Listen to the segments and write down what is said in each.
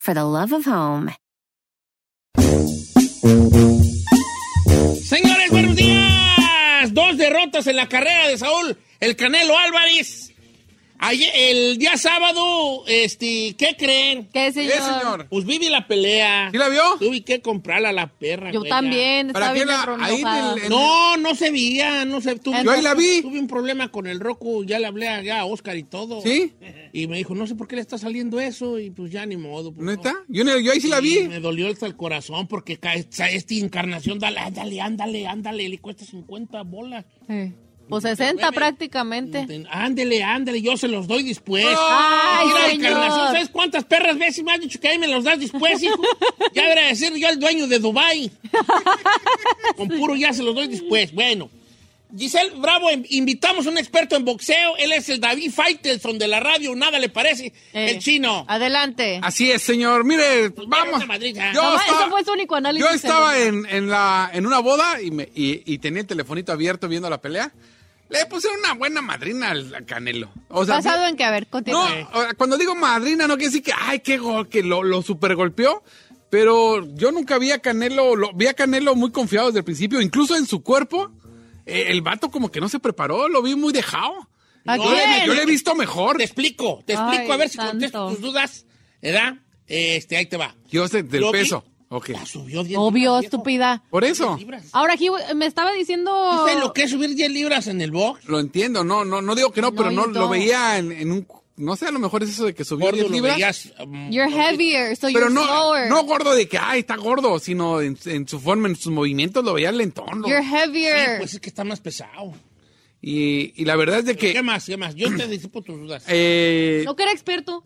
for the love of home. Señores, buenos días. Dos derrotas en la carrera de Saúl, el Canelo Álvarez. Ayer- el día sábado, este, ¿qué creen? ¿Qué, señor? ¿Qué, Eh, señor? Pues viví la pelea. ¿Sí la vio? Tuve que comprarla a la perra. Yo güey. también, ¿Para estaba qué bien la- enojada. ahí en el- en- No, no se veía, no se tuve, Yo ahí la vi. Tuve un problema con el Roku, ya le hablé a, ya a Oscar y todo. ¿Sí? Y me dijo, no sé por qué le está saliendo eso, y pues ya ni modo. pues, ¿No no. está? Yo, no- yo ahí sí la vi. Me dolió hasta el corazón porque ca- esta, esta encarnación, dale, ándale, ándale, ándale, le cuesta 50 bolas. Sí. Pues 60 prácticamente. Ten- Ándele, ándele, yo se los doy después. Este. ¡Ay, Mira, señor! encarnación, ¿sabes cuántas perras veces me has dicho que ahí me los das después, hijo? Ya debería decir yo el dueño de Dubai. Con puro ya se los doy después. Bueno, Giselle Bravo, em- invitamos a un experto en boxeo. Él es el David Faitelson de la radio, nada le parece. Eh, El chino. Adelante. Así es, señor. Mire, vamos. vamos a Madrid, ya. Yo Nomás estaba, eso fue su único análisis. yo estaba en, en la, en una boda y, me- y- y tenía el telefonito abierto viendo la pelea. Le puse una buena madrina al al Canelo. O sea, ¿Basado en qué? A ver, No, continúa. o- cuando digo madrina, no quiere decir que, ay, qué gol, que lo, lo super golpeó. Pero yo nunca vi a Canelo, lo, vi a Canelo muy confiado desde el principio, incluso en su cuerpo. eh, el vato como que no se preparó, lo vi muy dejado. ¿A yo, quién? Le, yo le he visto mejor. Te explico, te Ay, explico, a ver si santo. contesto tus dudas. ¿Edad? Este, ahí te va. Yo sé, del Yo vi- peso. Ok. La subió 10 Obvio, libras, viejo. estúpida. Por eso, Libras. Ahora aquí güey, me estaba diciendo. ¿Sabes lo que es subir 10 libras en el box? lo entiendo. No, no, no digo que no, No, pero no you lo don't. veía en, en un... No sé, a lo mejor es eso de que subió Gordo, 10 lo libras. veías, um, You're heavier, so Pero you're no, slower. no gordo de que, ay, está gordo, sino en, en su forma, en sus movimientos, lo veía lentón. lo- You're Sí, heavier. pues es que está más pesado. Y, y la verdad es de ¿Qué, que... más? ¿Qué más? Yo te disipo tus dudas. eh, No que era experto.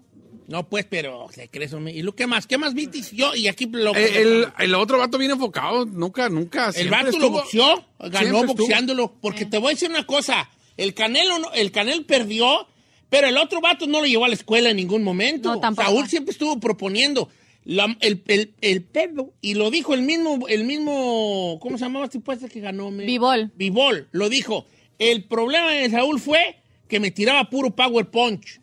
No, pues, pero ¿qué crees, hombre? ¿Y lo qué más? ¿Qué más vitis? Yo, y aquí lo... Eh, el, el otro vato bien enfocado, nunca, nunca. el siempre vato lo estuvo- boxeó, ganó siempre estuvo. boxeándolo. Porque te voy a decir una cosa. El Canelo, no- el Canel perdió, pero el otro vato no lo llevó a la escuela en ningún momento. No, tampoco. Saúl siempre estuvo proponiendo. La- el, el, el pedo, y lo dijo el mismo, el mismo, ¿cómo se llamaba este puesto que ganó? me? Bivol. Bibol lo dijo. El problema de Saúl fue que me tiraba puro power punch.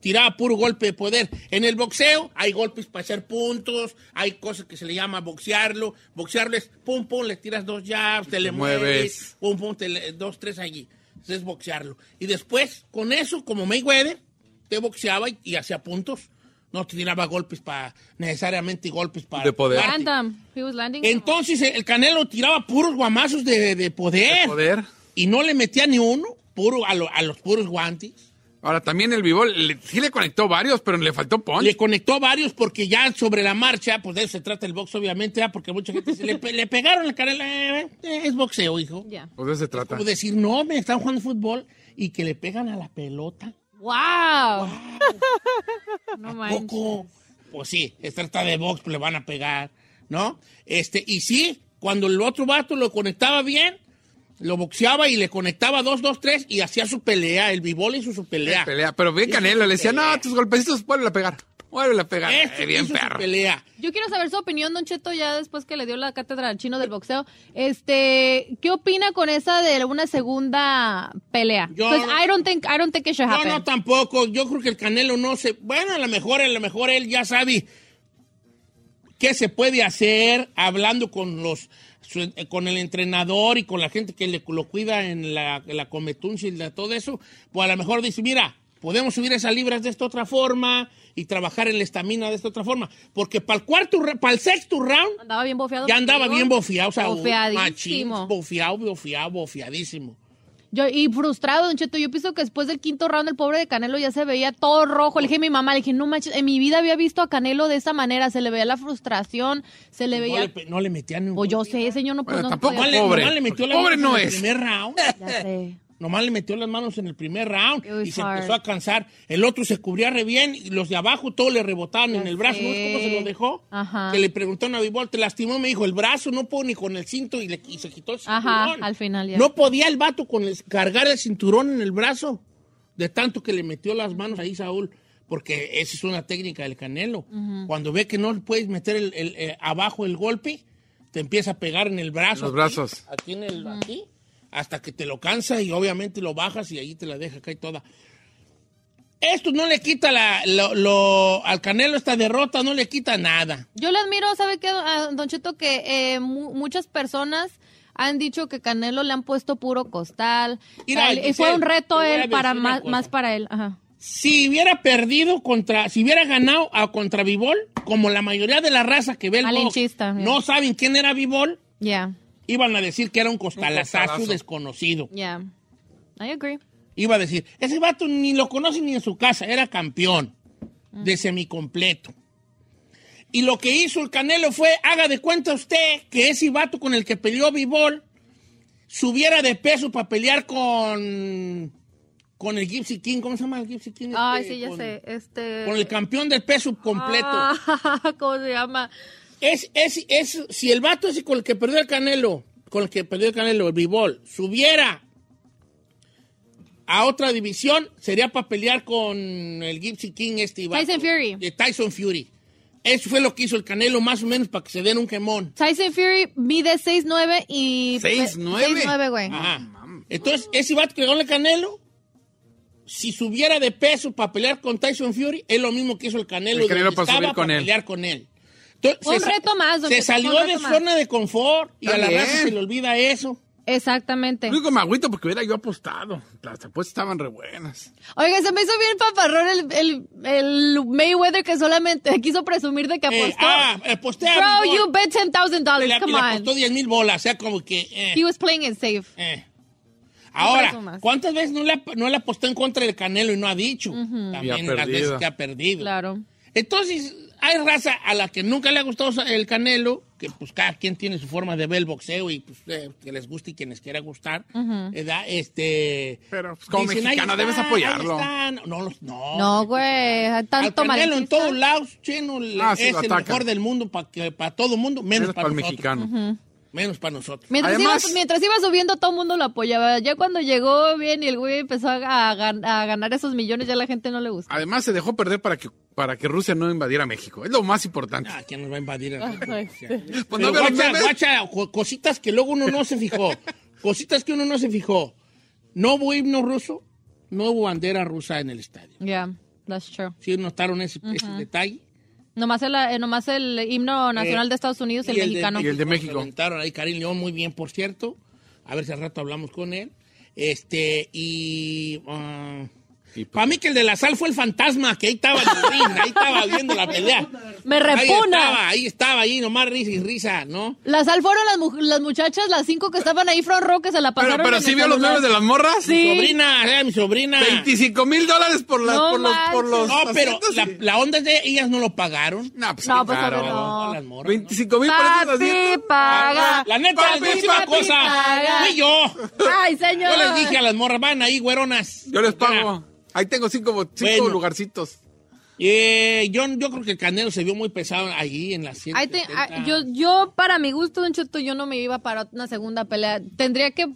Tiraba puro golpe de poder. En el boxeo hay golpes para hacer puntos, hay cosas que se le llama boxearlo. Boxearlo es pum, pum, le tiras dos jabs, te le mueves, mueves. pum, pum, te le- dos, tres allí. Eso es boxearlo. Y después, con eso, como Mayweather, te boxeaba y, y hacía puntos. No te tiraba golpes para, necesariamente golpes para... De poder. pegarte. Random. He was landing. Entonces el Canelo tiraba puros guamazos de, de poder. De poder. Y no le metía ni uno, puro, a, lo- a los puros guantes. Ahora también el vivo le- sí le conectó varios, pero le faltó punch. Le conectó varios porque ya sobre la marcha, pues de eso se trata el box, obviamente, ¿verdad? porque mucha gente se le, pe- le pegaron al Canelo. eh, eh, es boxeo, hijo. Ya. Pues de eso se trata. Como decir, no, me están jugando fútbol y que le pegan a la pelota. Wow. No manches. Poco. Pues sí, se trata de box, pues le van a pegar, ¿no? Este, y sí, cuando el otro vato lo conectaba bien, lo boxeaba y le conectaba dos, dos, tres y hacía su pelea, el bibol hizo su pelea. Pelea, pero bien Canelo, le decía, no, tus golpecitos, vuelve a pegar. Vuelve a pegar. Este Eh, bien hizo su perro. pelea. Yo quiero saber su opinión, Don Cheto, ya después que le dio la cátedra al chino del boxeo. Este, ¿qué opina con esa de una segunda pelea? Yo- Pues I don't think I don't think it should No, happen. no, tampoco. Yo creo que el Canelo no se. Bueno, a lo mejor, a lo mejor él ya sabe qué se puede hacer hablando con los su- eh, con el entrenador y con la gente que le, lo cuida en la, en la cometuncia y la- todo eso. Pues a lo mejor dice, mira, podemos subir esas libras de esta otra forma y trabajar en la estamina de esta otra forma. Porque para el cuarto, para el sexto round, Andaba bien bofeado. ya andaba contigo. bien bofiado, o sea, machín, Bofeadísimo. bofiado, bofiado, bofiadísimo. Yo, y frustrado, Don Cheto. Yo pienso que después del quinto round, el pobre de Canelo ya se veía todo rojo. Le dije a mi mamá, le dije, no manches, en mi vida había visto a Canelo de esa manera. Se le veía la frustración, se le No le, veía. pe- no le metían ni un Pues yo golpe. sé, señor, no, Bueno, no tampoco Nomás podía- le- Pobre. nomás le metió las Pobre manos no en el es. primer round. Ya sé. Nomás le metió las manos en el primer round It was y se hard. empezó a cansar. El otro se cubría re bien y los de abajo todos le rebotaban en el brazo. ¿No ves cómo se lo dejó? Ajá. Que le preguntó a Navibol, ¿te lastimó? Me dijo, el brazo no puedo ni con el cinto y, le- y se quitó el cinturón. Ajá, al final ya. No podía el vato con el- cargar el cinturón en el brazo de tanto que le metió las manos ahí Saúl. Porque esa es una técnica del canelo. Cuando ve que no puedes meter el, el, eh, abajo el golpe, te empieza a pegar en el brazo. Los brazos. Aquí en el, aquí, hasta que te lo cansa y obviamente lo bajas y ahí te la deja caer toda. Esto no le quita la, lo, lo- al Canelo esta derrota, no le quita nada. Yo le admiro, ¿sabe qué, a Don Cheto? Que eh, mu- muchas personas han dicho que Canelo le han puesto puro costal. Mira, Tal- y Giselle, fue un te reto voy a él decir para una más, cosa. más para él. Ajá. Si hubiera perdido contra, si hubiera ganado a contra Bivol, como la mayoría de la raza que ve el box, Malinchista, mira. no saben quién era Bivol, Ya, iban a decir que era un costalazazo costalazo. desconocido. ya. I agree. Iba a decir, ese vato ni lo conoce ni en su casa, era campeón de semicompleto. Y lo que hizo el Canelo fue, haga de cuenta usted que ese vato con el que peleó Bivol subiera de peso para pelear con con el Gypsy King, ¿cómo se llama el Gypsy King? Ay, Este, sí, ya con, sé. Este... Con el campeón del peso completo. Ah, ¿Cómo se llama? Es, es, es, si el vato ese con el que perdió el Canelo, con el que perdió el Canelo, el Bivol, subiera a otra división, sería para pelear con el Gypsy King este vato. Tyson Fury. De Tyson Fury. Eso fue lo que hizo el Canelo, más o menos, para que se den un quemón. Tyson Fury mide 6'9 y... 6'9". 6'9", güey. Ah. Ah, Ajá. Entonces, ese vato que ganó el Canelo, si subiera de peso para pelear con Tyson Fury, es lo mismo que hizo el Canelo. El Canelo donde para estaba subir con para él. pelear con él. Entonces, Un se sa- reto más, don Se Cheto, salió un reto de más. zona de confort y a la Está raza bien. se le olvida eso. Exactamente. Lo único que me agüito porque hubiera yo apostado. Las apuestas estaban re buenas. Oiga, se me hizo bien paparrón el, el, el Mayweather que solamente quiso presumir de que Eh, apostó. ah, eh, postea. Bro, mi gol. you bet Y la- $10,000. y Come le on. apostó 10 mil bolas, o sea, como que... eh, He was playing it safe. eh. Ahora, presumas. ¿cuántas veces no le, ap- no le apostó en contra del Canelo y no ha dicho? También Y ha las perdido. veces que ha perdido. Claro. Entonces, hay raza a la que nunca le ha gustado el Canelo, que pues cada quien tiene su forma de ver el boxeo y pues, eh, que les guste y que les quiera gustar. ¿verdad? Este, Pero, pues, como "Ahí mexicano, debes ahí apoyarlo". están. No, los- no. No, güey. Al Tanto Canelo en malinchista. todos lados, chino, le- Ah, sí, es lo el atacan. mejor del mundo para para todo el mundo, menos, Menos para para el nosotros. mexicano. Menos para nosotros. Mientras, Además- iba, mientras iba subiendo, todo el mundo lo apoyaba. Ya cuando llegó bien y el güey empezó a, a gan- a ganar esos millones, ya la gente no le gusta. Además, se dejó perder para que, para que Rusia no invadiera México. Es lo más importante. Ah, ¿quién nos va a invadir? el- Pues Pero no veo los Eh, guacha, memes. guacha, co- cositas que luego uno no se fijó. cositas que uno no se fijó. No hubo himno ruso, no hubo bandera rusa en el estadio. Yeah, that's true. ¿Sí notaron ese, ese detalle? Nomás el, eh, nomás el himno nacional Eh, de Estados Unidos y el, mexicano. y el de México. se aventaron ahí Karim León, muy bien, por cierto. A ver si al rato hablamos con él. Este, y... ah, Y, pues, para mí que el de la sal fue el fantasma, que ahí estaba en el ring, ahí estaba viendo la pelea. ¡Me Ahí repugna! estaba, ahí estaba, ahí nomás risa y risa, ¿no? Las al fueron las, mu- las muchachas, las cinco que estaban ahí front row, que se la Pero, pasaron pero en sí el vio los celular. memes de las morras. Sí. Sobrina, eh, mi sobrina. 25 mil dólares por, las, No por los. Por los No, pero asientos la, y- la onda es de ellas no lo pagaron. No, pues, No, no, pues, claro. obvio no. A las morras, ¿no? 25 mil por esos Papi, asientos. paga. La neta, Papi, les voy a decir una papi, cosa. paga. Fui yo. Ay, señor. Yo les dije a las morras, van ahí, güeronas. Yo les pago. Ahí tengo cinco, bo- cinco Bueno. lugarcitos. Eh, yo, yo creo que el Canelo se vio muy pesado allí en la I think- I- ah, yo, yo, para mi gusto, Don Cheto, yo no me iba para una segunda pelea. Tendría que.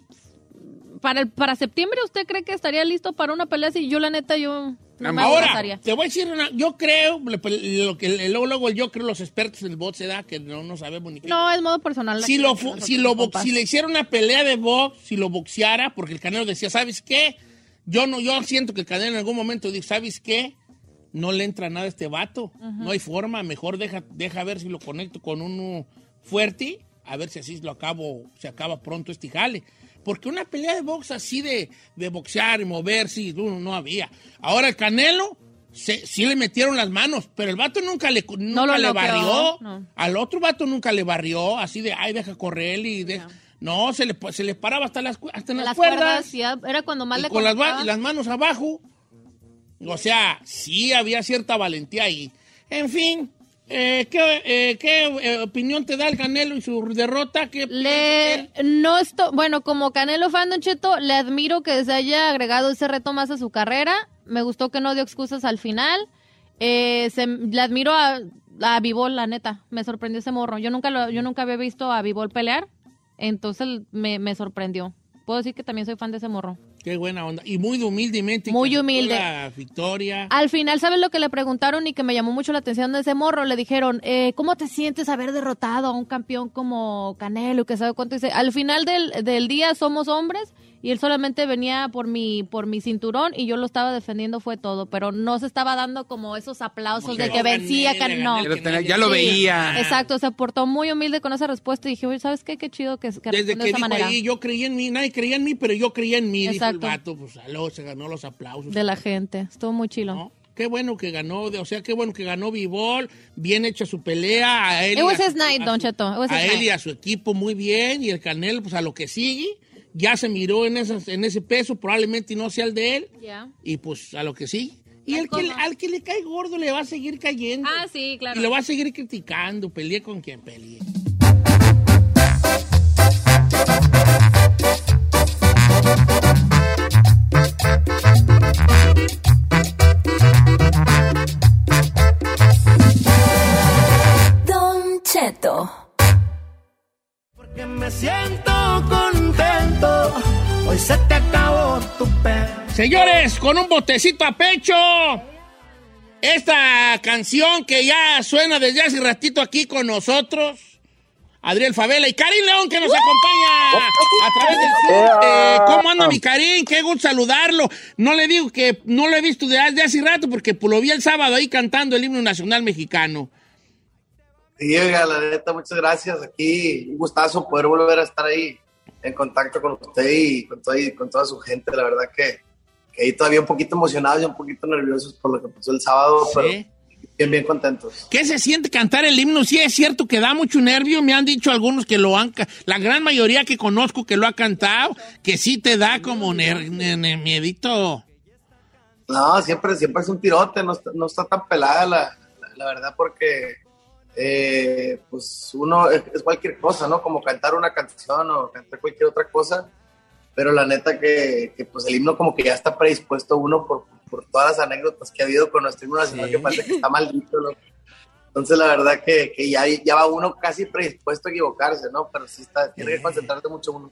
Para, el- para septiembre, ¿usted cree que estaría listo para una pelea? Si yo, la neta, yo no me Ahora, aguantaría. te voy a decir una, yo creo, lo que, luego, luego yo creo los expertos del bot se da que no, no sabemos ni qué. No, es modo personal. si, Aquí lo, entre fu- nosotros, si, lo bo- compas. si le hiciera una pelea de box, si lo boxeara, porque el Canelo decía, ¿sabes qué? Yo no, yo siento que el Canelo en algún momento dijo, ¿sabes qué? No le entra nada a este vato, no hay forma, mejor deja, deja ver si lo conecto con uno fuerte a ver si así lo acabo, se acaba pronto este jale. Porque una pelea de box así de, de boxear y moverse, no, no había. Ahora el Canelo, se- sí le metieron las manos, pero el vato nunca le, nunca lo le noqueó, barrió. no. Al otro vato nunca le barrió, así de, ay, deja correr y de- No, se le, se le paraba hasta, las, cu- hasta en las, Las cuerdas. cuerdas, ya, era cuando más y le con las, conectaba. ba- y las manos abajo. O sea, sí había cierta valentía ahí. En fin, eh, ¿qué, eh, qué, eh, opinión te da el Canelo y su derrota? ¿Qué Le, no esto, bueno, como Canelo fan, Don Cheto, le admiro que se haya agregado ese reto más a su carrera. Me gustó que no dio excusas al final. Eh, se- le admiro a, a Vivol, la neta. Me sorprendió ese morro. Yo nunca, lo, yo nunca había visto a Vivol pelear. Entonces me, me sorprendió. Puedo decir que también soy fan de ese morro. Qué buena onda. Y muy humildemente. Muy conquistó humilde. La victoria. Al final, ¿sabes lo que le preguntaron y que me llamó mucho la atención de ese morro? Le dijeron, eh, ¿cómo te sientes haber derrotado a un campeón como Canelo? Que sabe cuánto dice. Al final del, del día somos hombres y él solamente venía por mi, por mi cinturón y yo lo estaba defendiendo, fue todo. Pero no se estaba dando como esos aplausos pues, de Yo que gané, vencía le Canelo. gané Pero al que tenía- nadie- ya lo Sí, veía. Exacto, se portó muy humilde con esa respuesta y dije, "Oye, ¿sabes qué? Qué chido que, que Desde respondió que de esa dijo manera ahí, yo creí en mí, nadie creía en mí, pero yo creía en mí. Dijo el Exacto. vato, pues aló, se ganó los aplausos. de la gente. Estuvo muy chilo. ¿no? Qué bueno que ganó, de- o sea, qué bueno que ganó Vivol, bien hecha su pelea. A él y It was a su- his night, a Don su- Cheto. It was a his él y night. a su equipo muy bien, y el Canelo, pues a lo que sigue, ya se miró en, esas, en ese peso, probablemente no sea el de él, Ya. y pues a lo que sigue. Y Ay, el que, ¿cómo? al que le cae gordo le va a seguir cayendo. Ah, sí, claro. Y lo va a seguir criticando, peleé con quien peleé. Don Cheto. Porque me siento contento, hoy se te acabó tu pelo. Señores, con un botecito a pecho. Esta canción que ya suena desde hace ratito aquí con nosotros. Adriel Favela y Karim León que nos acompaña a través del Zoom. Eh, ¿Cómo anda mi Karim? Qué gusto saludarlo. No le digo que no lo he visto de de hace rato porque pues, lo vi el sábado ahí cantando el himno nacional mexicano. Sí, oiga, la neta, muchas gracias. Aquí, un gustazo poder volver a estar ahí en contacto con usted y con, todo- y con toda su gente. La verdad que, que ahí todavía un poquito emocionados y un poquito nerviosos por lo que pasó el sábado, Sí. pero bien, bien contentos. ¿Qué se siente cantar el himno? Sí, es cierto que da mucho nervio. Me han dicho algunos que lo han. ca- La gran mayoría que conozco que lo ha cantado, que sí te da como ner- ne- ne- miedito. No, siempre, siempre es un tirote, no está, no está tan pelada la, la- la verdad porque eh, pues uno es, es cualquier cosa, ¿no? Como cantar una canción o cantar cualquier otra cosa, pero la neta que, que, pues el himno como que ya está predispuesto uno por, por todas las anécdotas que ha habido con nuestro himno nacional, Sí. que parece que está maldito, ¿no? Entonces la verdad que, que ya, ya va uno casi predispuesto a equivocarse, ¿no? Pero sí está, tiene que concentrarse mucho uno.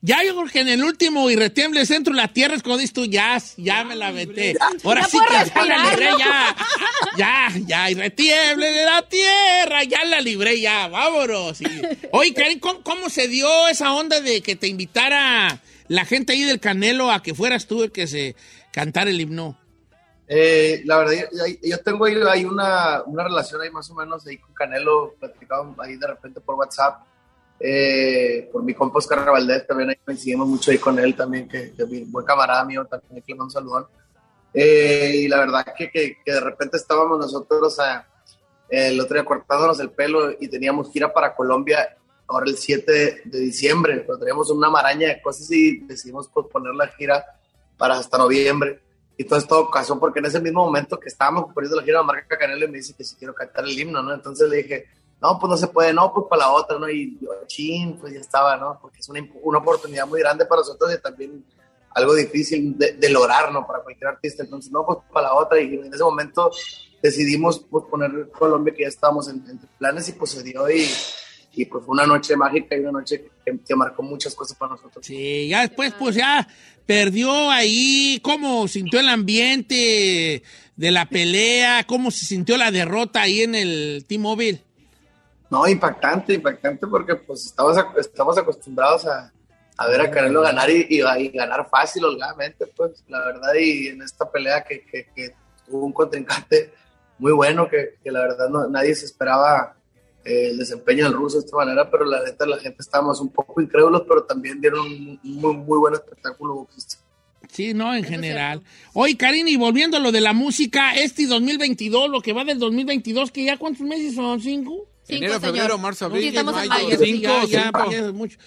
Ya yo creo que en el último irretiemble centro de la tierra es cuando dices tú, ya, ya me la vete. Ahora Ya sí puedo que ya respirar, la libré, ¿no? ya. Ya, ya, irretiemble de la tierra, ya la libré, ya, vámonos. Y- Oye, Karin, ¿cómo, cómo se dio esa onda de que te invitara la gente ahí del Canelo a que fueras tú el que se cantara el himno? Eh, la verdad, yo, yo- yo tengo ahí, hay una, una relación ahí más o menos ahí con Canelo, platicado ahí de repente por WhatsApp, eh, por mi compa Oscar Valdés, también ahí coincidimos mucho ahí con él también, que que es mi buen camarada mío, también que le mando un saludón. Eh, y la verdad que, que, que de repente estábamos nosotros a- el otro día cortándonos el pelo y teníamos gira para Colombia ahora el 7 de diciembre, pero teníamos una maraña de cosas y decidimos posponer la gira para hasta noviembre. Y todo esto ocasión porque en ese mismo momento que estábamos poniendo la gira de Marca Canelo y me dice que si quiero cantar el himno, ¿no? Entonces le dije, no, pues no se puede, no, pues para la otra, ¿no? Y yo, chin, pues ya estaba, ¿no? Porque es una, imp- una oportunidad muy grande para nosotros y también algo difícil de, de lograr, ¿no? Para cualquier artista. Entonces, no, pues para la otra. Y en ese momento decidimos pues, poner Colombia, que ya estábamos en, en planes y pues se dio y, y pues fue una noche mágica y una noche que, que marcó muchas cosas para nosotros. Sí, ya después, pues ya perdió ahí. ¿Cómo sintió el ambiente de la pelea? ¿Cómo se sintió la derrota ahí en el T-Mobile? No, impactante, impactante porque pues estamos, ac- estamos acostumbrados a, a ver a Canelo ganar y, y, y ganar fácil, holgadamente, pues la verdad y en esta pelea que, que, que tuvo un contrincante muy bueno que, que la verdad no- nadie se esperaba eh, el desempeño del ruso de esta manera, pero la neta la gente estábamos un poco incrédulos, pero también dieron un muy, muy buen espectáculo boxístico. Sí, no, en general. Oye, Karina, y volviendo a lo de la música, este 2022, lo que va del 2022, que ya cuántos meses son, cinco. Cinco, Enero, señor. febrero, marzo, abril, Sí, estamos en mayo, mayo. pues. sí, sí. Cinco, ya, ya, cinco. ya es mucho.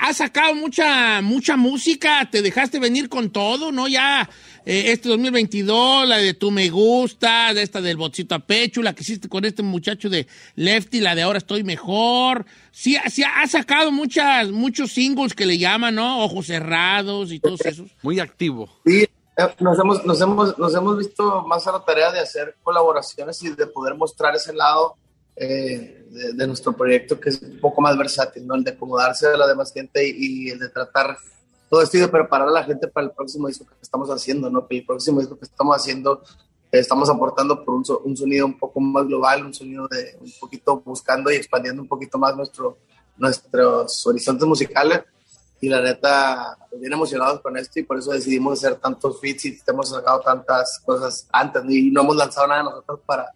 Has sacado mucha, mucha música, te dejaste venir con todo, ¿no? Ya eh, este 2022, la de Tú Me Gusta, de esta del Botcito a Pecho, la que hiciste con este muchacho de Lefty, la de Ahora Estoy Mejor. Sí, sí has sacado muchas, muchos singles que le llaman, ¿no? Ojos Cerrados y todos esos. Muy activo. Sí, eh, nos hemos, nos, hemos, nos hemos visto más a la tarea de hacer colaboraciones y de poder mostrar ese lado eh, de, de nuestro proyecto que es un poco más versátil, ¿no? El de acomodarse a la demás gente y, y el de tratar todo esto y de preparar a la gente para el próximo disco que estamos haciendo, ¿no? Que el próximo disco que estamos haciendo eh, estamos aportando por un, so- un sonido un poco más global, un sonido de un poquito buscando y expandiendo un poquito más nuestro, nuestros horizontes musicales y la neta, pues, bien emocionados con esto y por eso decidimos hacer tantos fits y hemos sacado tantas cosas antes y no hemos lanzado nada nosotros para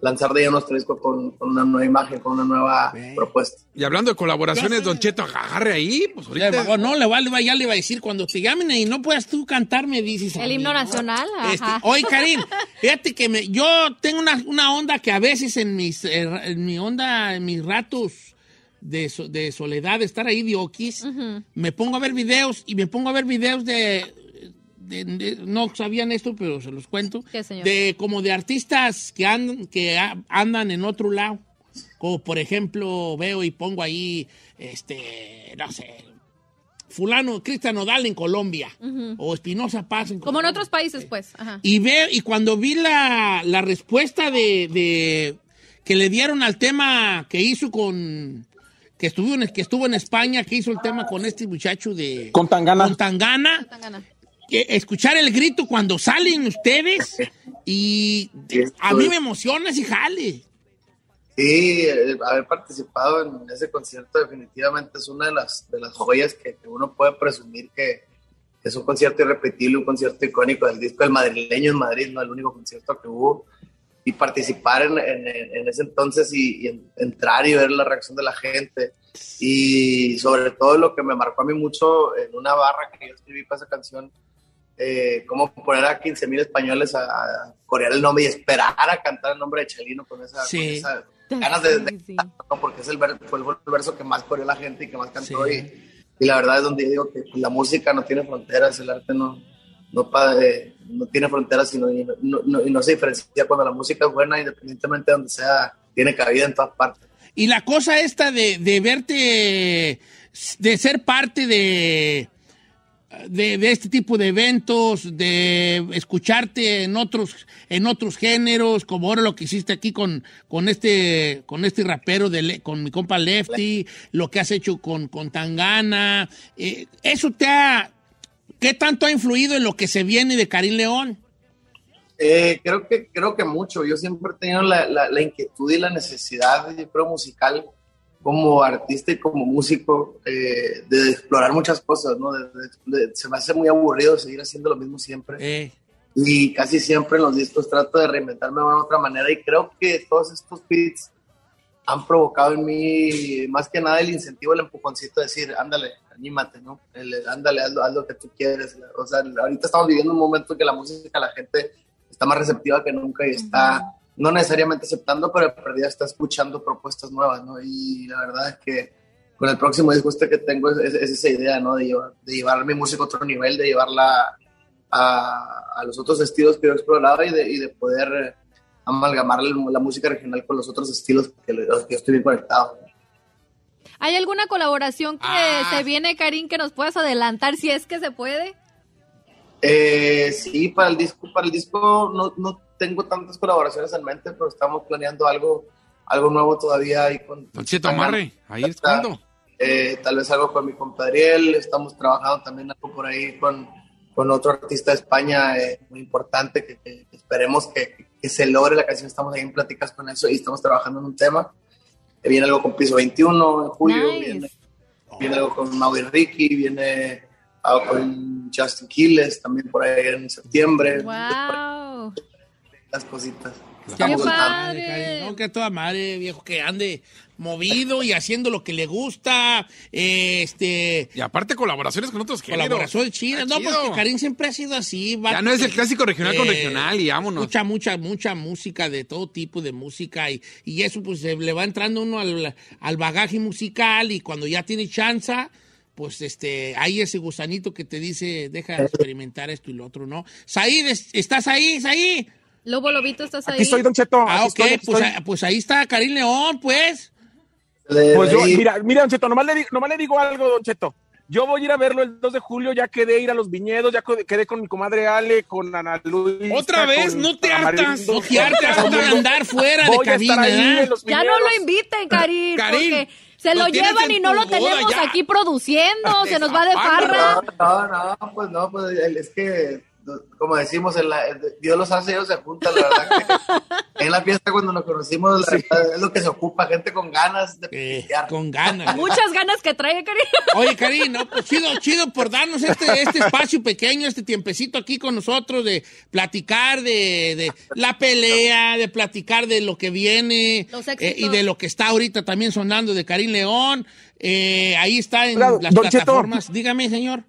lanzar de ello nuestro disco con, con una nueva imagen, con una nueva propuesta. Y hablando de colaboraciones, Don Cheto, agarre ahí, pues Le bajó, ahorita. no, le va, le va- ya le iba a decir, cuando te llamen y no puedas tú cantar, me dices. El himno amigo. nacional, Este, ajá. oye, Karim, fíjate que me- yo tengo una, una onda que a veces en, mis, eh, ra- en mi onda, en mis ratos de, so- de soledad, de estar ahí de oquis, me pongo a ver videos y me pongo a ver videos de... de- de- no sabían esto, pero se los cuento. ¿Qué, señor? De como de artistas que andan, que a- andan en otro lado. Como por ejemplo, veo y pongo ahí, este, no sé, fulano, Cristian Nodal en Colombia, o Espinosa Paz en Como en Colombia. otros países, pues. Ajá. Y veo, y cuando vi la, la respuesta de, de- que le dieron al tema que hizo con que estuvo en, que estuvo en España, que hizo el tema con este muchacho de Con Tangana. con Tangana, Tangana. que escuchar el grito cuando salen ustedes y a mí me emociona si jale. Sí, el haber participado en ese concierto definitivamente es una de las, de las joyas que, que uno puede presumir que, que es un concierto irrepetible, un concierto icónico del disco del madrileño en Madrid, no el único concierto que hubo. Y participar en, en- en ese entonces y, y en- entrar y ver la reacción de la gente. Y sobre todo lo que me marcó a mí mucho en una barra que yo escribí para esa canción, eh, cómo poner a 15 mil españoles a, a corear el nombre y esperar a cantar el nombre de Chalino con esa, Sí. con esa ganas de, de cantarlo, porque es el ver- fue el, verso que más coreó la gente y que más cantó. Sí. Y, y la verdad es donde yo digo que pues, la música no tiene fronteras, el arte no, no, pa- eh, no tiene fronteras sino- y no, no- no- y no se diferencia cuando la música es buena, independientemente de donde sea, tiene cabida en todas partes. Y la cosa esta de, de verte, de ser parte de, de, de este tipo de eventos, de escucharte en otros, en otros géneros, como ahora lo que hiciste aquí con, con, este, con este rapero, de, Le- con mi compa Lefty, lo que has hecho con, con Tangana, eh, eso te ha, ¿qué tanto ha influido en lo que se viene de Karim León? Eh, creo que creo que mucho. Yo siempre he tenido la, la- la inquietud y la necesidad, yo creo, musical como artista y como músico, eh, de explorar muchas cosas, ¿no? De- de- de- se me hace muy aburrido seguir haciendo lo mismo siempre. Eh, y casi siempre en los discos trato de reinventarme de una u otra manera y creo que todos estos beats han provocado en mí más que nada el incentivo, el empujoncito de decir, ándale, anímate, ¿no? El, ándale, haz, lo- haz lo que tú quieres. O sea, ahorita estamos viviendo un momento que la música, la gente está más receptiva que nunca y está no necesariamente aceptando, pero de perdida está escuchando propuestas nuevas, ¿no? Y la verdad es que con el próximo disco este que tengo es, es- es esa idea, ¿no? De llevar, de llevar mi música a otro nivel, de llevarla a, a los otros estilos que yo he explorado y de, y de poder eh, amalgamar la, la música regional con los otros estilos que, los que yo estoy bien conectado. ¿Hay alguna colaboración que Ah. se viene, Karim, que nos puedas adelantar si es que se puede? Eh, sí, para el disco, para el disco no, no tengo tantas colaboraciones en mente, pero estamos planeando algo, algo nuevo todavía ahí con Don Cheto, amarre. Ahí es cuando. Eh, tal vez algo con mi compadriel, estamos trabajando también algo por ahí con, con otro artista de España eh, muy importante que, que esperemos que, que se logre la canción, estamos ahí en pláticas con eso y estamos trabajando en un tema. Eh, Viene algo con Piso 21 en julio, Nice. viene, viene algo con Mau y Ricky, viene algo con Justin Quiles también por ahí en septiembre, ¡Wow! las cositas. ¡Qué Estamos- padre! Karim, no, que a toda madre, viejo, que ande movido y haciendo lo que le gusta, eh, este... Y aparte colaboraciones con otros géneros. Colaboración china. Está No, pues, chido. porque Karim siempre ha sido así. va- Ya no es el clásico regional Eh, con regional y vámonos. Mucha, mucha, mucha música, de todo tipo de música. Y, y eso, pues, se le va entrando uno al, al bagaje musical. Y cuando ya tiene chance, pues, este, hay ese gusanito que te dice, deja de experimentar esto y lo otro, ¿no? Said, es- ¿estás ahí, Said? Lobo Lobito, ¿estás ahí? Aquí estoy, Don Cheto. Ah, aquí ok, estoy, aquí pues, estoy. ah, pues ahí está Karim León, pues. eh, Le- Pues yo, ahí- mira, mira, Don Cheto, nomás le, digo, nomás le digo algo, Don Cheto. Yo voy a ir a verlo el 2 de julio, ya quedé ir a los viñedos, ya co- quedé con mi comadre Ale, con Ana Luis. ¿Otra vez? ¿No te Ah, hartas? No te hartas Voy de andar fuera de Voy a estar cabina, ahí ¿eh? en los Ya no lo viñedos. inviten, Karim, Karim, porque se lo lo tienes llevan en y no tu lo boda tenemos ya. aquí produciendo, se nos va de Destapando, farra. No, no, no, pues no, pues el- es que, como decimos, en la- Dios los hace, ellos se juntan, la verdad. que en la fiesta cuando nos conocimos, la verdad, es lo que se ocupa, gente con ganas de Eh, pistear. con ganas. Muchas ganas que trae, Karim. Oye, Karim, no, pues chido, chido por darnos este, este espacio pequeño, este tiempecito aquí con nosotros de platicar de, de la pelea, de platicar de lo que viene eh, Los y éxitos. de lo que está ahorita también sonando de Karim León. Eh, ahí está en Claro, las Don Cheto. plataformas. Dígame, señor.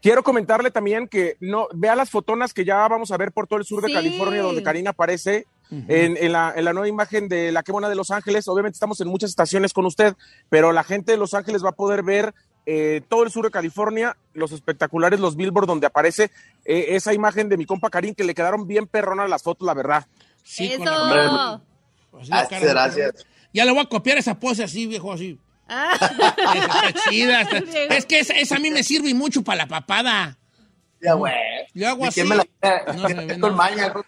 Quiero comentarle también que no vea las fotonas que ya vamos a ver por todo el sur de Sí. California, donde Karina aparece en, en la, en la nueva imagen de La Quemona de Los Ángeles. Obviamente estamos en muchas estaciones con usted, pero la gente de Los Ángeles va a poder ver eh, todo el sur de California, los espectaculares, los billboards donde aparece eh, esa imagen de mi compa Karim, que le quedaron bien perronas las fotos, la verdad. Sí, con la- Eso. así la Gracias, cara de- Ah, gracias. Ya le voy a copiar esa pose así, viejo, así. Ah, Esa está chida. está- Es que esa, esa a mí me sirve mucho para la papada. Ya, güey. Yo hago ¿Y así. quién me la- No se me ve con nada. maña, con-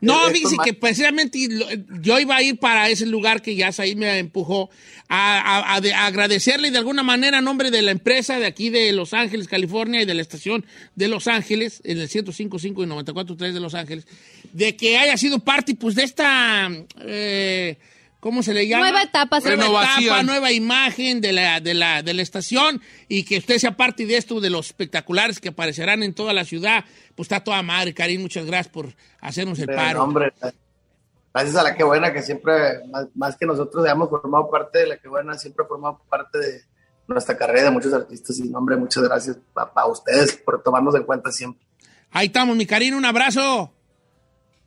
No, Eh, es fíjese con que precisamente lo- yo iba a ir para ese lugar que ya ahí me empujó a, a- a de- a agradecerle de alguna manera en nombre de la empresa de aquí de Los Ángeles, California y de la estación de Los Ángeles, en el 105.5 y 94.3 de Los Ángeles, de que haya sido parte pues de esta, eh, ¿cómo se le llama? Nueva etapa, se nueva Renovación. etapa, nueva imagen de la, de, la, de la estación y que usted sea parte de esto, de los espectaculares que aparecerán en toda la ciudad. Pues está toda madre, Karim, muchas gracias por hacernos el Eh, paro. no, hombre, gracias a la que buena que siempre, más, más que nosotros hayamos formado parte de la que buena, siempre ha formado parte de nuestra carrera, de muchos artistas y nombre, muchas gracias a, a ustedes por tomarnos en cuenta siempre. Ahí estamos, mi Karina, un abrazo.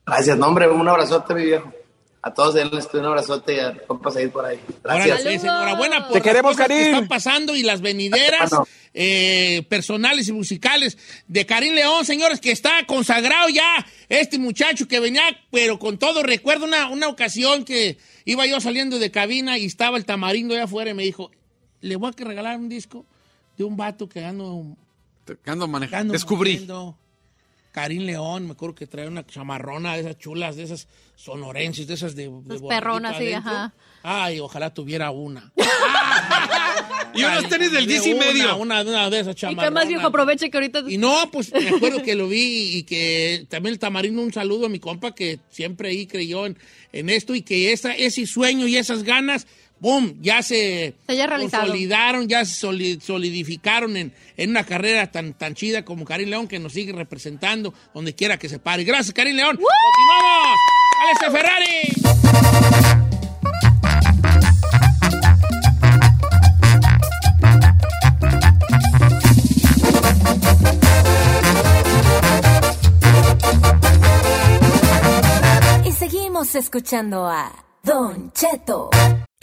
Gracias, nombre, un abrazote, mi viejo. A todos en el estudio, un abrazote y a compas ahí por ahí. Gracias. Órale, sí, enhorabuena por Te las queremos, cosas que Karim. Ah, están pasando y las venideras Bueno. eh, personales y musicales de Karim León, señores, que está consagrado ya este muchacho que venía, pero con todo recuerdo una, una ocasión que iba yo saliendo de cabina y estaba el tamarindo allá afuera y me dijo, le voy a que regalar un disco de un vato que ando Te ando manejando. Ando Descubrí. moviendo. Karim León, me acuerdo que trae una chamarrona de esas chulas, de esas sonorenses, de esas de... de borreguito perronas, sí, adentro. ajá. Ay, ojalá tuviera una. Y unos tenis del De 10 y una, medio. Una, una de esas y chamarronas. que más viejo aproveche que ahorita Y no, pues me acuerdo que lo vi y que también el tamarindo, un saludo a mi compa que siempre ahí creyó en, en esto y que esa, ese sueño y esas ganas, ¡boom! Ya se Se haya realizado. consolidaron, ya se soli- solidificaron en, en una carrera tan, tan chida como Karim León que nos sigue representando donde quiera que se pare. Gracias, Karim León. ¡Continuamos! ¡Dale ese Ferrari! Y seguimos escuchando a Don Cheto.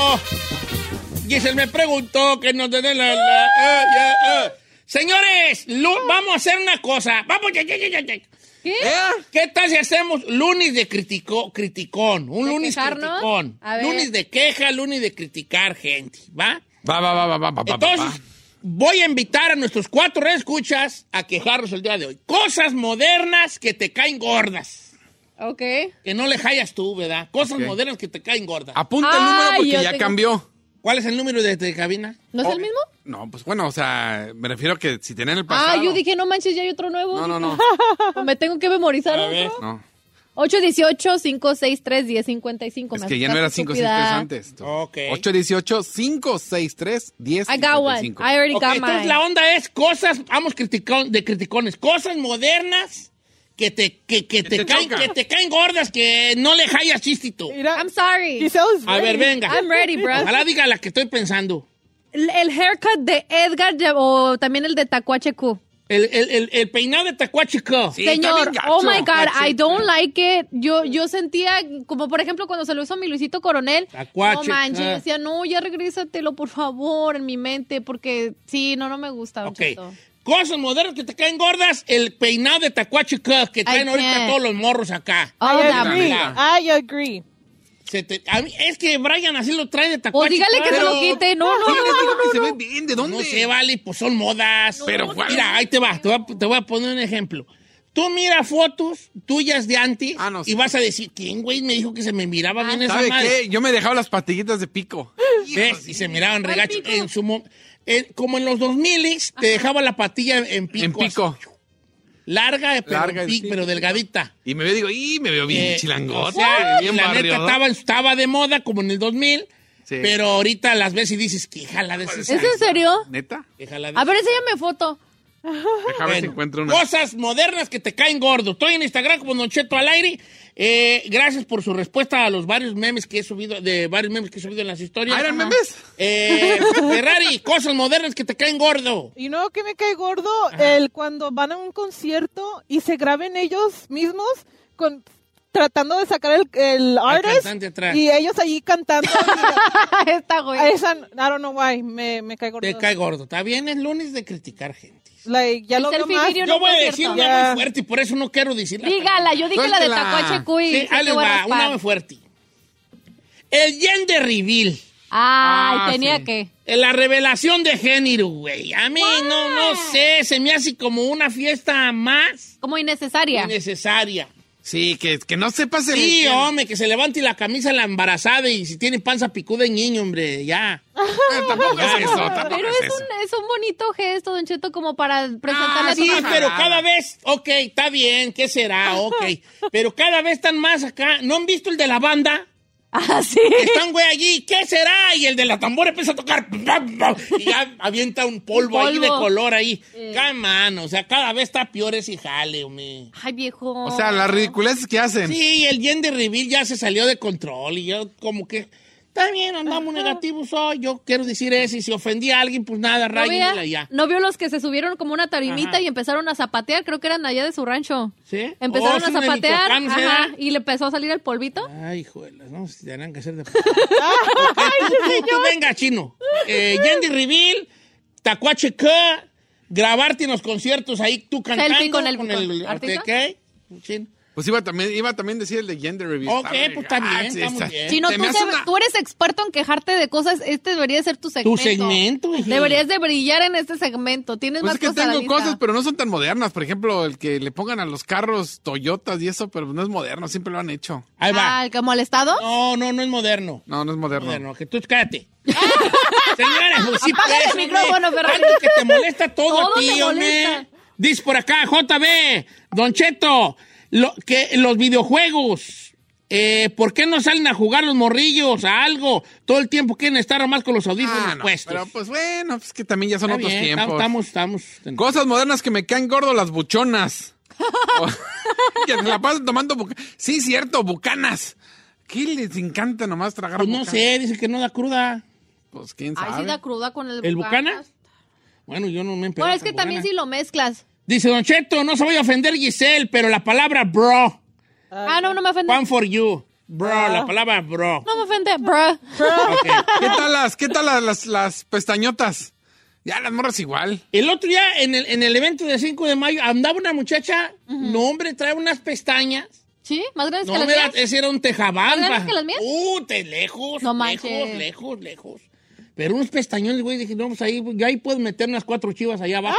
Oh, Giselle me preguntó que nos den la... la- eh, eh, eh. Señores, lu- vamos a hacer una cosa. Vamos, ya, ya, ya, ya, ya. ¿Qué? ¿Qué tal si hacemos lunes de critico, criticón? Un ¿De lunes quejarnos? criticón. A ver. Lunes de queja, lunes de criticar, gente. ¿Va? Va, va, va, va, va, va, va, va. Entonces, voy a invitar a nuestros cuatro escuchas a quejarnos el día de hoy. Cosas modernas que te caen gordas. Ok. Que no le hallas tú, ¿verdad? Cosas Ok. Ah. modernas que te caen gordas. Apunta el número Ay, porque yo ya tengo- cambió. ¿Cuál es el número de, de cabina? ¿No es el mismo? No, pues bueno, o sea, me refiero a que si tienen el pasado. Ah, yo dije, no manches, ya hay otro nuevo. No, no, no. Pues me tengo que memorizar A ver. otro. No, 818-563-1055. es me que ya no asustas, era 5, 6, 3 estúpida. antes. Ok. 8, 18, 5, 6, 3, 10, I got one. I already Ok, got entonces mine. la onda es cosas, vamos criticón, de criticones, cosas modernas que te, que, que te, te caen, chocan. que te caen gordas, que no le hallas chiste tú. I'm sorry. Giselle's A ver, venga. Pues, I'm ready, bro. Ojalá diga la que estoy pensando. El, el haircut de Edgar ya- o también el de Tacuache Q. El, el, el, el peinado de Tacuachico. Sí, está Señor, bien oh gacho. my God, Tacuache. I don't like it. Yo, yo sentía, como por ejemplo cuando se lo hizo mi Luisito Coronel, Tacuache, no manches, yo ah. decía, no, ya regrésatelo, por favor, en mi mente, porque sí, no, no me gusta. Don Ok. Cheto. Cosas modernas que te caen gordas, el peinado de Tacuachico que traen ahorita can't. Oh, todos los morros acá. All I that agree. black. I agree. Se te- a mí- es que Brian así lo trae de Pues Tacuachico. dígale que se lo quite. No, no, no, Oiga, no, dígame, no, se no. ve bien, ¿de dónde? No se vale, pues son modas. Pero, ¿cuál? Mira, ahí te va, te va- te voy a poner un ejemplo. Tú mira fotos tuyas de antes Ah, no, y sí. Ah, vas a decir, ¿quién, güey, me dijo que se me miraba bien esa ¿Sabe madre? qué? Yo me dejaba las patillitas de pico. ¿Ves? Y se miraban ¿Cuál regacho. pico? En su mo- en- como en los 2000 te dejaba la patilla en pico. En pico. así. Larga, pero, Larga, en pi- sí. pero delgadita. Y me veo y digo, y me veo bien Eh, chilangote, o sea, bien la neta barriodón. estaba, estaba de moda como en el 2000, Sí. pero ahorita las ves y dices, ¿qué jala de ¿Es en serio? ¿Neta? A ver, enséñame foto. Déjame ver si Ah, Bueno, Oh, encuentro una. Cosas modernas que te caen gordo. Estoy en Instagram como Don Cheto al aire. Eh, gracias por su respuesta a los varios memes que he subido, de varios memes que he subido en las historias. ¿Ah, eran Ajá. memes? Eh, Ferrari, cosas modernas que te caen gordo. ¿Y no que me cae gordo? El cuando van a un concierto y se graben ellos mismos con tratando de sacar el, el artist cantante atrás. y ellos allí cantando. Esta, güey. A esa, I don't know why, me, me cae gordo. Te cae gordo. Está bien, es lunes de criticar gente. Like, ya El lo veo selfie más. video Yo voy a concierto. decir una Ya. muy fuerte y por eso no quiero decirla. Dígala, yo dije la de Suéltela. Tacuache Q. y Sí, se ahí te les voy a va, raspar. una muy fuerte. El gender reveal. Ay, Ah, tenía sí. que. Eh, La revelación de género, güey. A mí no, no sé, se me hace como una fiesta más Como innecesaria. innecesaria. Sí, que, que no sepas el... Sí, oh. hombre, que se levante la camisa la embarazada y si tiene panza picuda en niño, hombre, ya. Eh, tampoco es eso, tampoco Pero es es eso. un, es un bonito gesto, Don Cheto, como para presentarle a Ah, Sí, tu mamá. pero cada vez, ok, está bien, ¿qué será? Ok, pero cada vez están más acá. ¿No han visto el de la banda? Ah, sí. Están, güey, allí, ¿qué será? Y el de la tambora empieza a tocar, pam, pam, y ya avienta un polvo, ahí de polvo. color ahí. Camano, o sea, cada vez está peor ese jale, hombre. Ay, viejo. O sea, las ridiculeces que hacen. Sí, el gender reveal ya se salió de control y yo como que... Está bien, andamos negativos hoy. Yo quiero decir eso. Y si ofendí a alguien, pues nada, ¿No, rayenla veía- ya. ¿No vio los que se subieron como una tarimita Ajá. y empezaron a zapatear? Creo que eran allá de su rancho. ¿Sí? Empezaron Oh, a son de zapatear Michoacán, ¿sí, ajá, verdad? y le empezó a salir el polvito. Ay, juelas, no, si tendrán que hacer de... Ay, tú, tú, tú venga, chino. Eh, Yandy Reveal, Tacuache K, grabarte en los conciertos ahí tú cantando. con el- con artista. ¿Qué? Chino. Pues iba también, iba también a decir el de gender review. Ah, Ok, pues está bien, está muy bien. Chino, Eh, Se tú, me hace deb- una- tú eres experto en quejarte de cosas. Este debería ser tu segmento. Tu segmento, hija. Deberías de brillar en este segmento. Tienes Pues más es que cosas a la tengo lista. cosas, pero no son tan modernas. Por ejemplo, el que le pongan a los carros Toyotas y eso, pero no es moderno, siempre lo han hecho. Ahí va. Ah, ¿como al Estado? No, no, no es moderno. No, no es moderno. Moderno, que tú cállate. Ah, Señores, pues sí, Apaga pues, el micrófono, hombre. Ferrari. Tanto que te molesta todo, Todo a ti, te hombre. molesta. Dice por acá, JB, Don Cheto, Lo, que los videojuegos, eh, ¿por qué no salen a jugar los morrillos a algo? Todo el tiempo quieren estar nomás con los audífonos Ah, no, puestos. pero pues bueno, pues que también ya son Está otros bien, tiempos. Estamos, estamos. estamos- Cosas modernas que me caen gordo las buchonas. O- que se la pasan tomando buca- Sí, cierto, bucanas. ¿Qué les encanta nomás tragar Pues no sé, dice que no da cruda. Pues quién Ay, sabe. sí da cruda con el ¿El Bucana? Bueno, yo no me he Bueno, empeorado es que con también Bucana. si lo mezclas. Dice Don Cheto, no se voy a ofender Giselle, pero la palabra bro, Ah, no, no me ofende. one for you. Bro, la palabra bro. No me ofende, bruh. Ok. ¿Qué tal las, qué tal las, las, las pestañotas? Ya las morras igual. El otro día, en el, en el evento del 5 de mayo, andaba una muchacha, no hombre, trae unas pestañas. ¿Sí? ¿Más grandes No, que las mira, eh, mías? ese era un tejabán. pa- ¿Más grandes que las mías? Uh, te lejos, No lejos, manches. lejos, lejos. Pero unos pestañones, güey, dije, no, pues ahí, yo ahí puedo meter unas cuatro chivas allá abajo.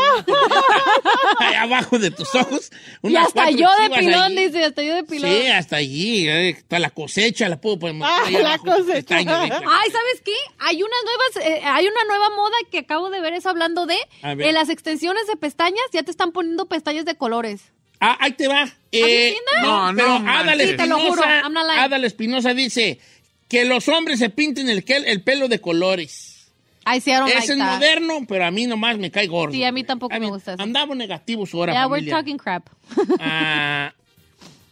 allá abajo de tus ojos. Ah. Y unas hasta cuatro yo de chivas pilón, allí. dice, hasta yo de pilón. Sí, hasta allí, eh, hasta la cosecha la puedo poner. Ah, allá la abajo, pestañas, ahí, claro. Ay, ¿sabes qué? Hay unas nuevas, eh, hay una nueva moda que acabo de ver, es hablando de A ver. en las extensiones de pestañas ya te están poniendo pestañas de colores. Ah, ahí te va. Eh, no, no, No, Ah, no pero manches. Adal Sí, te lo juro, Espinosa, I'm not lying. Adal Espinosa dice que los hombres se pinten el, kel- el pelo de colores. I see, I don't Ese like es that. moderno, pero a mí nomás me cae gordo. Oh, Sí, a mí tampoco A mí- me gusta eso. Andamos negativos ahora, Yeah, we're familia. talking crap. Ah,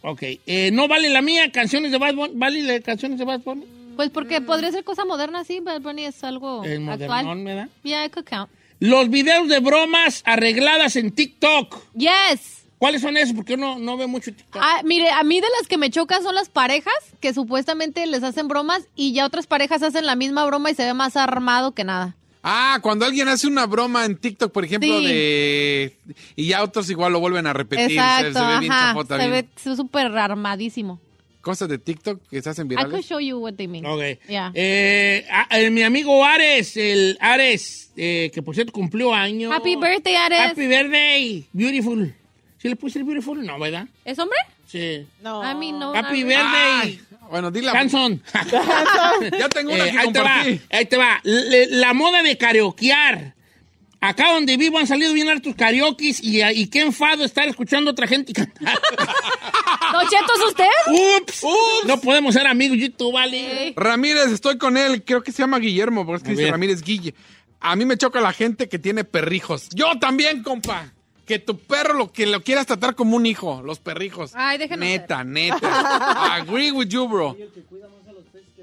ok. Eh, ¿No vale la mía? ¿Canciones de Bad Bunny? ¿Vale la canciones de Bad Bunny? Pues porque podría ser cosa moderna, sí, Bad Bunny es algo El modernón, actual. ¿verdad? Yeah, it could count. Los videos de bromas arregladas en TikTok. Yes. ¿Cuáles son esos? Porque yo no, no veo mucho TikTok. Ah, mire, a mí de las que me chocan son las parejas que supuestamente les hacen bromas y ya otras parejas hacen la misma broma y se ve más armado que nada. Ah, cuando alguien hace una broma en TikTok, por ejemplo, Sí. de. Y ya otros igual lo vuelven a repetir. se- Exacto, se, ve bien ajá. chafota, se bien. ve se ve súper armadísimo. Cosas de TikTok que se hacen I could virales. show you what they mean. Ok. Yeah. Eh, a- eh, mi amigo Ares, el Ares, eh, que por cierto cumplió año. Happy birthday, Ares. Happy birthday, beautiful. ¿Sí le puse el beautiful? No, ¿verdad? ¿Es hombre? Sí. No. A mí no. Happy no. birthday, Bueno, dila. Hanson. Ya tengo una Eh, que ahí te va, compartir. ahí te va. Le- la moda de karaokear. Acá donde vivo han salido bien hartos karaokis y, y qué enfado estar escuchando a otra gente cantar. ¿Don Cheto es usted? Ups, No podemos ser amigos, YouTube, vale. Ramírez, estoy con él. Creo que se llama Guillermo, porque es que A dice ver. Ramírez Guille. A mí me choca la gente que tiene perrijos. Yo también, compa. Que tu perro lo que lo quieras tratar como un hijo, los perrijos. Ay, déjenos Neta, neta. Agree with you, bro.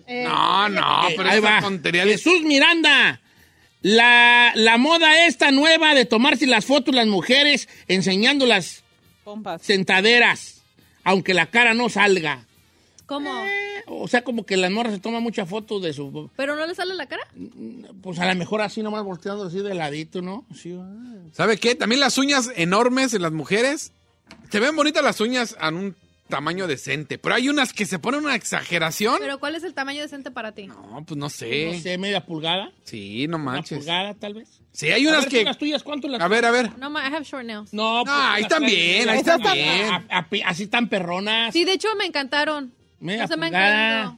No, no, Eh, pero ahí esa va. tontería de- Jesús Miranda. La, la moda esta nueva de tomarse las fotos las mujeres enseñando las Pompas. sentaderas, aunque la cara no salga. ¿Cómo? Eh, O sea, como que las morras se toman muchas fotos de su... ¿Pero no le sale la cara? Pues a lo mejor así nomás volteando así de ladito, ¿no? Sí, ah. ¿Sabe qué? También las uñas enormes en las mujeres. Se ven bonitas las uñas a un tamaño decente, pero hay unas que se ponen una exageración. ¿Pero cuál es el tamaño decente para ti? No, pues no No sé. sé, media pulgada. Sí, no Una manches. pulgada, tal vez. Sí, hay A unas ver, tú que... Las tuyas, ¿cuánto las A ver, a ver. No, ma- I have short nails. No, pues, ahí las están traen- bien, ahí Esas están bien. a- a- así están perronas. Sí, de hecho me encantaron. Media No se me han pulgada. caído.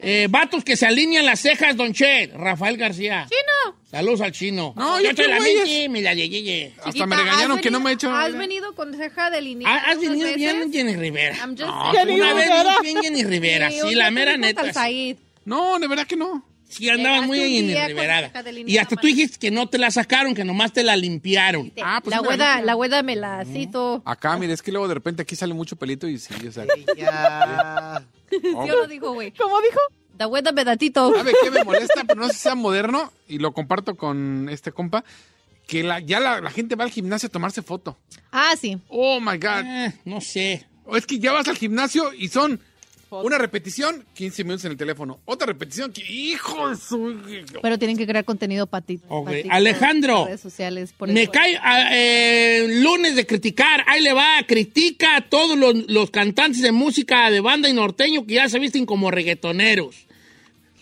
Eh, vatos que se alinean las cejas, don Che. Rafael García. Chino. Saludos al chino. No, yo te qué la güeyes. menti, me la llegué, llegué. Hasta me regañaron que no me he hecho... Has venido con ceja delineada. Ha- Ah, Has muchas venido bien veces. Jenny Rivera. I'm just No, saying. Jenny Una vez Rivera. viniste bien Jenny Rivera, un sí, día la te mera dijo neta. hasta el sí. Said. No, de verdad que no. Sí, andabas Llegaste muy un Jenny día con Rivera. ceja delineada, Y hasta tú mano. dijiste que no te la sacaron, que nomás te la limpiaron. Ah, pues la una Ah, güeda, limpia. la güeda me la cito. Acá, mire, es que luego de repente aquí sale mucho pelito y sí, o sea... Yo lo digo, güey. ¿Cómo dijo? La güeda me da tito. ¿Sabe qué me molesta? Pero no sé si sea moderno, y lo comparto con este compa, que la, ya la, la gente va al gimnasio a tomarse foto. Ah, sí. Oh, my God. Ah, no sé. O es que ya vas al gimnasio y son una repetición, 15 minutos en el teléfono. Otra repetición, que, hijo de su... Pero tienen que crear contenido para ti. Ok, pa' ti, Alejandro. por Redes sociales. Por Me eso. cae ah, eh, lunes de criticar. Ahí le va. Critica a todos los, los cantantes de música de banda y norteño que ya se visten como reggaetoneros.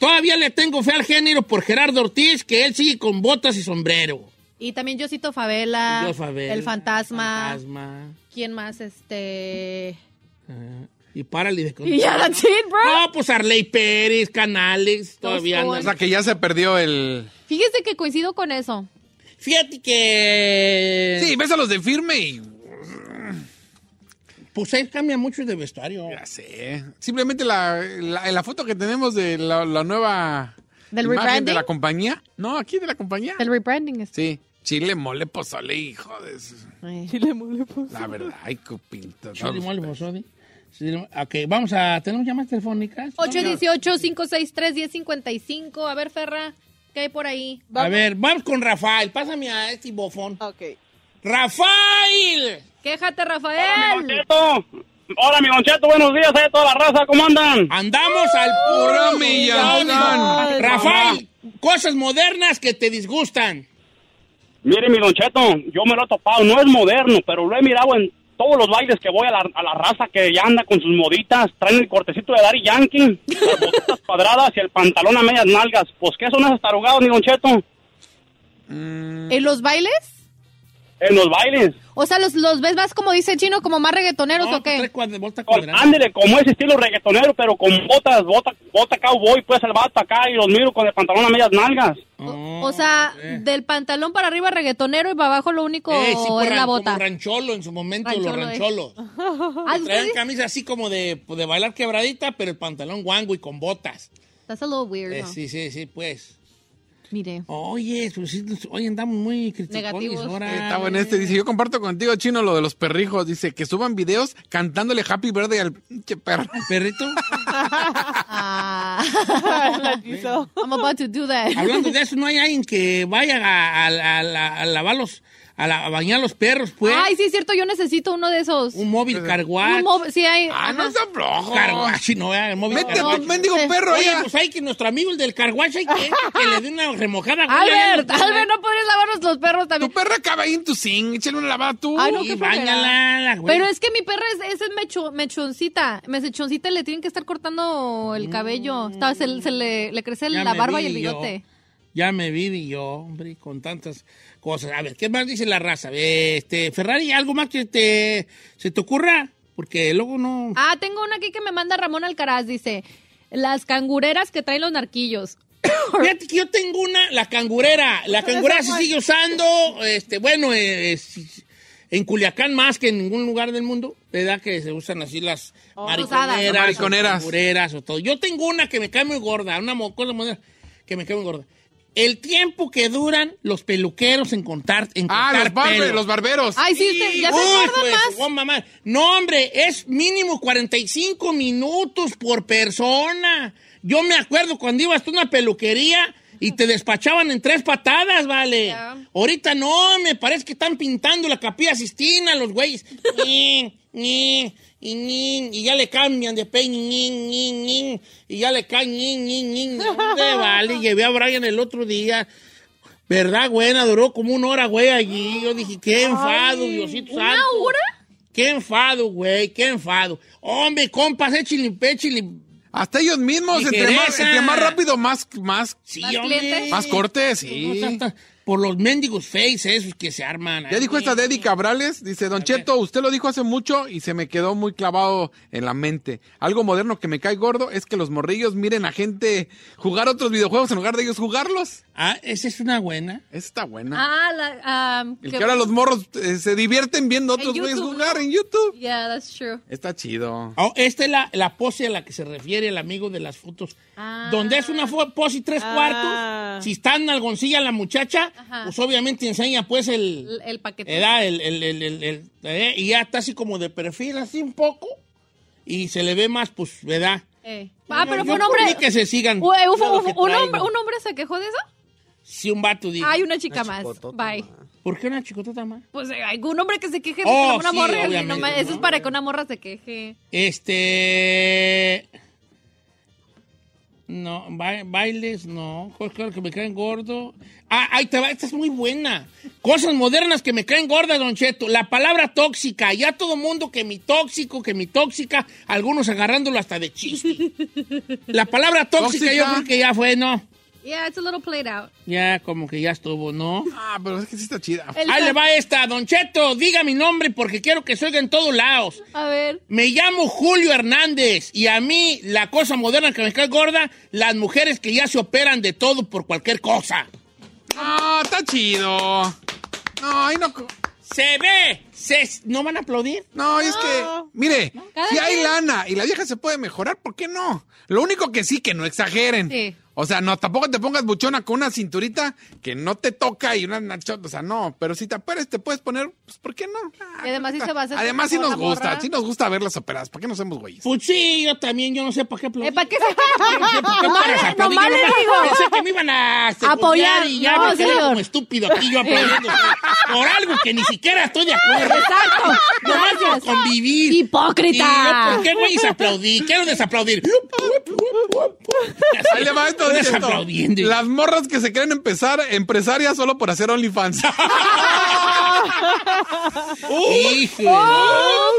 Todavía le tengo fe al género por Gerardo Ortiz, que él sigue con botas y sombrero. Y también yo cito Favela. Yo, Fabel, El fantasma. Fantasma. ¿Quién más? Este. Ajá. Y párale de Y ya that's it, bro. No, pues Arley Pérez, Canales, todavía O no. sea, que ya se perdió el... Fíjese que coincido con eso. Fíjate que... Sí, ves a los de firme y... Pues ahí cambia mucho de vestuario. Ya sé. Simplemente la, la, la foto que tenemos de la, la nueva ¿Del imagen de rebranding? la compañía. No, aquí de la compañía. El rebranding es. Sí. Chile, mole, pozole, hijo de... su- Chile mole pozole. La verdad, ay, cupinto. Chile, mole, pozole. Sí, Ok, vamos a. ¿Tenemos llamadas telefónicas? 818-563-1055. A ver, Ferra, ¿qué hay por ahí? A ver, vamos con Rafael. Pásame a este bofón. Ok. ¡Rafael! Quéjate, Rafael. Hola, mi Concheto, buenos días, eh, toda la raza, ¿cómo andan? Andamos al puro millón. Rafael, cosas modernas que te disgustan. Mire, mi Concheto, yo me lo he topado, no es moderno, pero lo he mirado en todos los bailes que voy a la, a la raza que ya anda con sus moditas, traen el cortecito de Dari Yankee, las botitas cuadradas y el pantalón a medias nalgas. Pues, ¿qué son esas tarugadas, mi Concheto? ¿En los bailes? En los bailes. O sea, ¿los, los ves más como dice Chino, como más reggaetoneros o qué? pues, Con- Pues, Ándele, como ese estilo reggaetonero, pero con botas, bota, bota cowboy, pues el vato acá y los miro con el pantalón a medias nalgas. O sea, del pantalón para arriba reggaetonero y para abajo lo único Eh, sí, fue es ran- la bota. como rancholo en su momento, los rancholos. ¿Ah, Que Traían camisa así como de, de bailar quebradita, pero el pantalón guango y con botas. That's a little weird, Eh, ¿no? sí, sí, sí, pues. Mire. Oye, pues, sí, nos- hoy andamos muy criticones Negativos. ahora. Está bueno este, dice, yo comparto contigo, Chino, lo de los perrijos. Dice, que suban videos cantándole Happy Birthday al pinche perro. perrito? Ah. I'm about to do that. Hablando de eso, no hay alguien que vaya a, a- a la- a lavar los, a, la- a bañar los perros, pues. Ay, sí, es cierto, yo necesito uno de esos. Un Pues, móvil carguaje. Un móvil, sí, hay. Ah, no ajá. está flojo. Carguachi, no, eh, el móvil Mete a tu carguachi. mendigo perro Oye, allá. pues hay que nuestro amigo, el del carguachi, hay que, que le dé una remojada. güey, allá en el Albert, túnel. Albert, no podrías lavarnos los perros Tu también. perra acaba ahí en tu zinc, échale una lavada tú. Ay, no, Y qué báñala, flojera. la güey. Pero es que mi perra es, es mechu- mechoncita. Mechoncita y le tienen que estar cortando el cabello. Está- se, se le, le crece Ya la me barba vi y el yo. bigote. Ya me vi yo, hombre, con tantas cosas. A ver, ¿qué más dice la raza? Este, Ferrari, ¿algo más que te, se te ocurra? Porque luego no... Ah, tengo una aquí que me manda Ramón Alcaraz. Dice: Las cangureras que traen los narquillos. Fíjate que yo tengo una, la cangurera. La cangurera se esa sigue usando, este, bueno, eh, eh, si- en Culiacán más que en ningún lugar del mundo, ¿verdad? Que se usan así las Oh, mariconeras, usadas. Mariconeras. o cangureras o todo. Yo tengo una que me cae muy gorda, una mo- cosa moderna que me cae muy gorda. El tiempo que duran los peluqueros en contar, en Ah, cortar los, barbe- pelo. los barberos. Ay, sí, usted- ya se Uy, tardan pues, más. oh, mamá. No, hombre, es mínimo 45 minutos por persona. Yo me acuerdo cuando ibas tú a una peluquería y te despachaban en tres patadas, vale. Ahorita no, me parece que están pintando la capilla Sistina los güeyes. Ñin, ñin, y, ñin, y ya le cambian de peine, ñin, ñin, ñin, y ya le caen, ñin, ñin, ñin. ¿Dónde, vale? Llevé a Brian el otro día. ¿Verdad, buena? Duró como una hora, güey, allí. Yo dije, qué enfado, Diosito ¿Una santo. hora? Qué enfado, güey, qué enfado. Hombre, compas, échale, échale. Hasta ellos mismos, entre más, Ligereza. entre más rápido, más, más, Sí, ¿Más hombre. clientes? más cortes, sí. No, no, no, no. Por los mendigos face esos que se arman. Ya dijo esta Dedi Cabrales, dice, Don Cheto, usted lo dijo hace mucho y se me quedó muy clavado en la mente. Algo moderno que me cae gordo es que los morrillos miren a gente jugar otros videojuegos en lugar de ellos jugarlos. Ah, esa es una buena. Esa está buena. Ah, la. um, El que- que ahora los morros eh, se divierten viendo a En otros güeyes YouTube, jugar en YouTube. Yeah, that's true. Está chido. Ah, esta es la, la pose a la que se refiere el amigo de las fotos. Ah. Donde es una fo- pose y tres Ah. cuartos. Si está en algoncilla la muchacha, Ajá. pues obviamente enseña pues el... El, el paquete. Era el, el, el, el- el- eh, y ya está así como de perfil, así un poco. Y se le ve más, pues, ¿verdad? Eh. Ah, Yo pero fue un por hombre. mí que se sigan. Güey, un- Mira lo un- que un traigo. hombre- ¿Un hombre se quejó de eso? Sí, un vato dijo. Hay una chica más. Bye. ¿Por qué una chicotota más? Pues eh, algún hombre que se queje de Oh, que una sí, morra. obviamente, no ma- eso es ¿no? para que una morra se queje. Este. No, ba- bailes, no. Cosas claro, que me caen gordo. Ah, ahí te va, esta es muy buena. Cosas modernas que me caen gordas, Don Cheto. La palabra tóxica. Ya todo mundo que mi tóxico, que mi tóxica. Algunos agarrándolo hasta de chiste. La palabra tóxica, Tóxica. yo creo que ya fue, ¿no? Yeah, it's a little played out. Ya como que ya estuvo, ¿no? Ah, pero es que sí está chida. El- Ahí le va esta, Don Cheto. Diga mi nombre porque quiero que se oiga en todos lados. A ver. Me llamo Julio Hernández y a mí la cosa moderna que me cae gorda, las mujeres que ya se operan de todo por cualquier cosa. Ah, está chido. No, ahí no. co- Se ve, ¿Se- ¿No van a aplaudir? No, es que, mire, cada si hay quien. lana y la vieja se puede mejorar, ¿por qué no? Lo único que sí, que no exageren. Sí. O sea, no, tampoco te pongas buchona con una cinturita que no te toca y una nachota, o sea, no, pero si te apares te puedes poner, pues, ¿por qué no? Y además Eh, sí se va a hacer. Además, sí con nos la gusta, morra. sí nos gusta ver las operadas, ¿para qué nos hacemos güeyes? Pues sí, yo también, yo no sé para qué aplaudir. Eh, ¿Para qué No sé por qué Nomás paras le- a aplaudir, nomás yo le nomás digo. Pensé que me iban a secundar Apoyar, y ya no, me quedé señor. como estúpido aquí yo aplaudiendo. por algo que ni siquiera estoy de acuerdo. Exacto. Nomás por Gracias. convivir. Hipócrita. Y yo, ¿Por qué güeyes aplaudí? Quiero desaplaudir. Ahí le va esto, Estoy dice esto. desaplaudiendo. Las morras que se creen empezar empresarias solo por hacer OnlyFans. Uh. Hijo.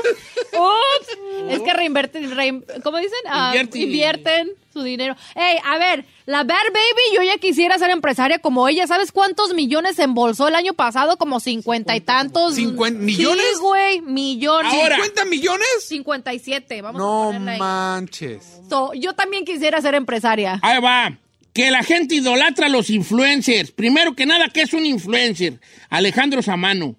Ups. Es que reinverten, rein- ¿cómo dicen? Ah, Invierten. invierten su dinero. Ey, a ver, la Bear Baby, yo ya quisiera ser empresaria como ella. ¿Sabes cuántos millones se embolsó el año pasado? Como cincuenta y tantos. ¿Cincuen- millones? Sí, güey, millones. Ahora. ¿50 millones? Cincuenta y siete, vamos a No ponerle ahí. manches. So, yo también quisiera ser empresaria. Ahí va. Que la gente idolatra a los influencers. Primero que nada, ¿qué es un influencer? Alejandro Samano.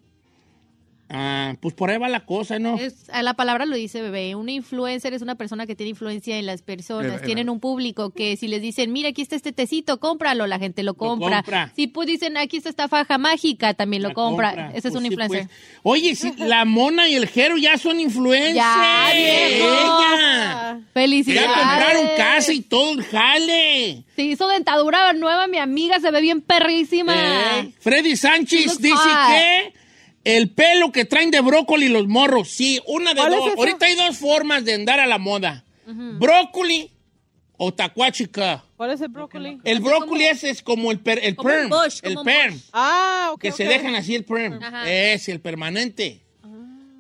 Ah, pues por ahí va la cosa, ¿no? Es- a la palabra lo dice bebé. Un influencer es una persona que tiene influencia en las personas. Eh, eh, Tienen un público que si les dicen, mira, aquí está este tecito, cómpralo, la gente lo compra. compra. Si pues dicen, aquí está esta faja mágica, también lo compra. Ese es Pues un sí, influencer. pues. Oye, sí, la mona y el Jero ya son influencers. Ya, viejo. Ella. Felicidades. Ya compraron casa y todo el jale. Se hizo dentadura nueva, mi amiga, se ve bien perrísima. Ey. Eh, Freddy She Sánchez looks dice hot. que el pelo que traen de brócoli los morros. Sí, una de ¿Cuál es dos. esa? Ahorita hay dos formas de andar a la moda. Brócoli o tacuachica. ¿Cuál es el brócoli? El brócoli es, es como el, per- el como un perm. bush, el como un perm. Ah, ok. que se ok. dejan así el perm. Ajá. Ah. Es el permanente.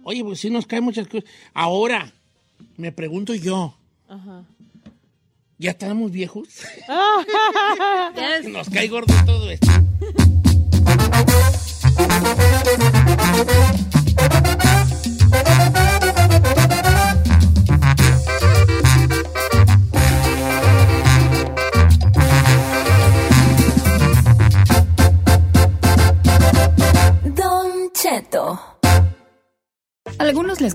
Oye, pues sí nos caen muchas cosas. Ahora, me pregunto yo, Ajá. Ah. ¿ya estamos viejos? Yes. Nos cae gordo todo esto. Don Cheto. Algunos les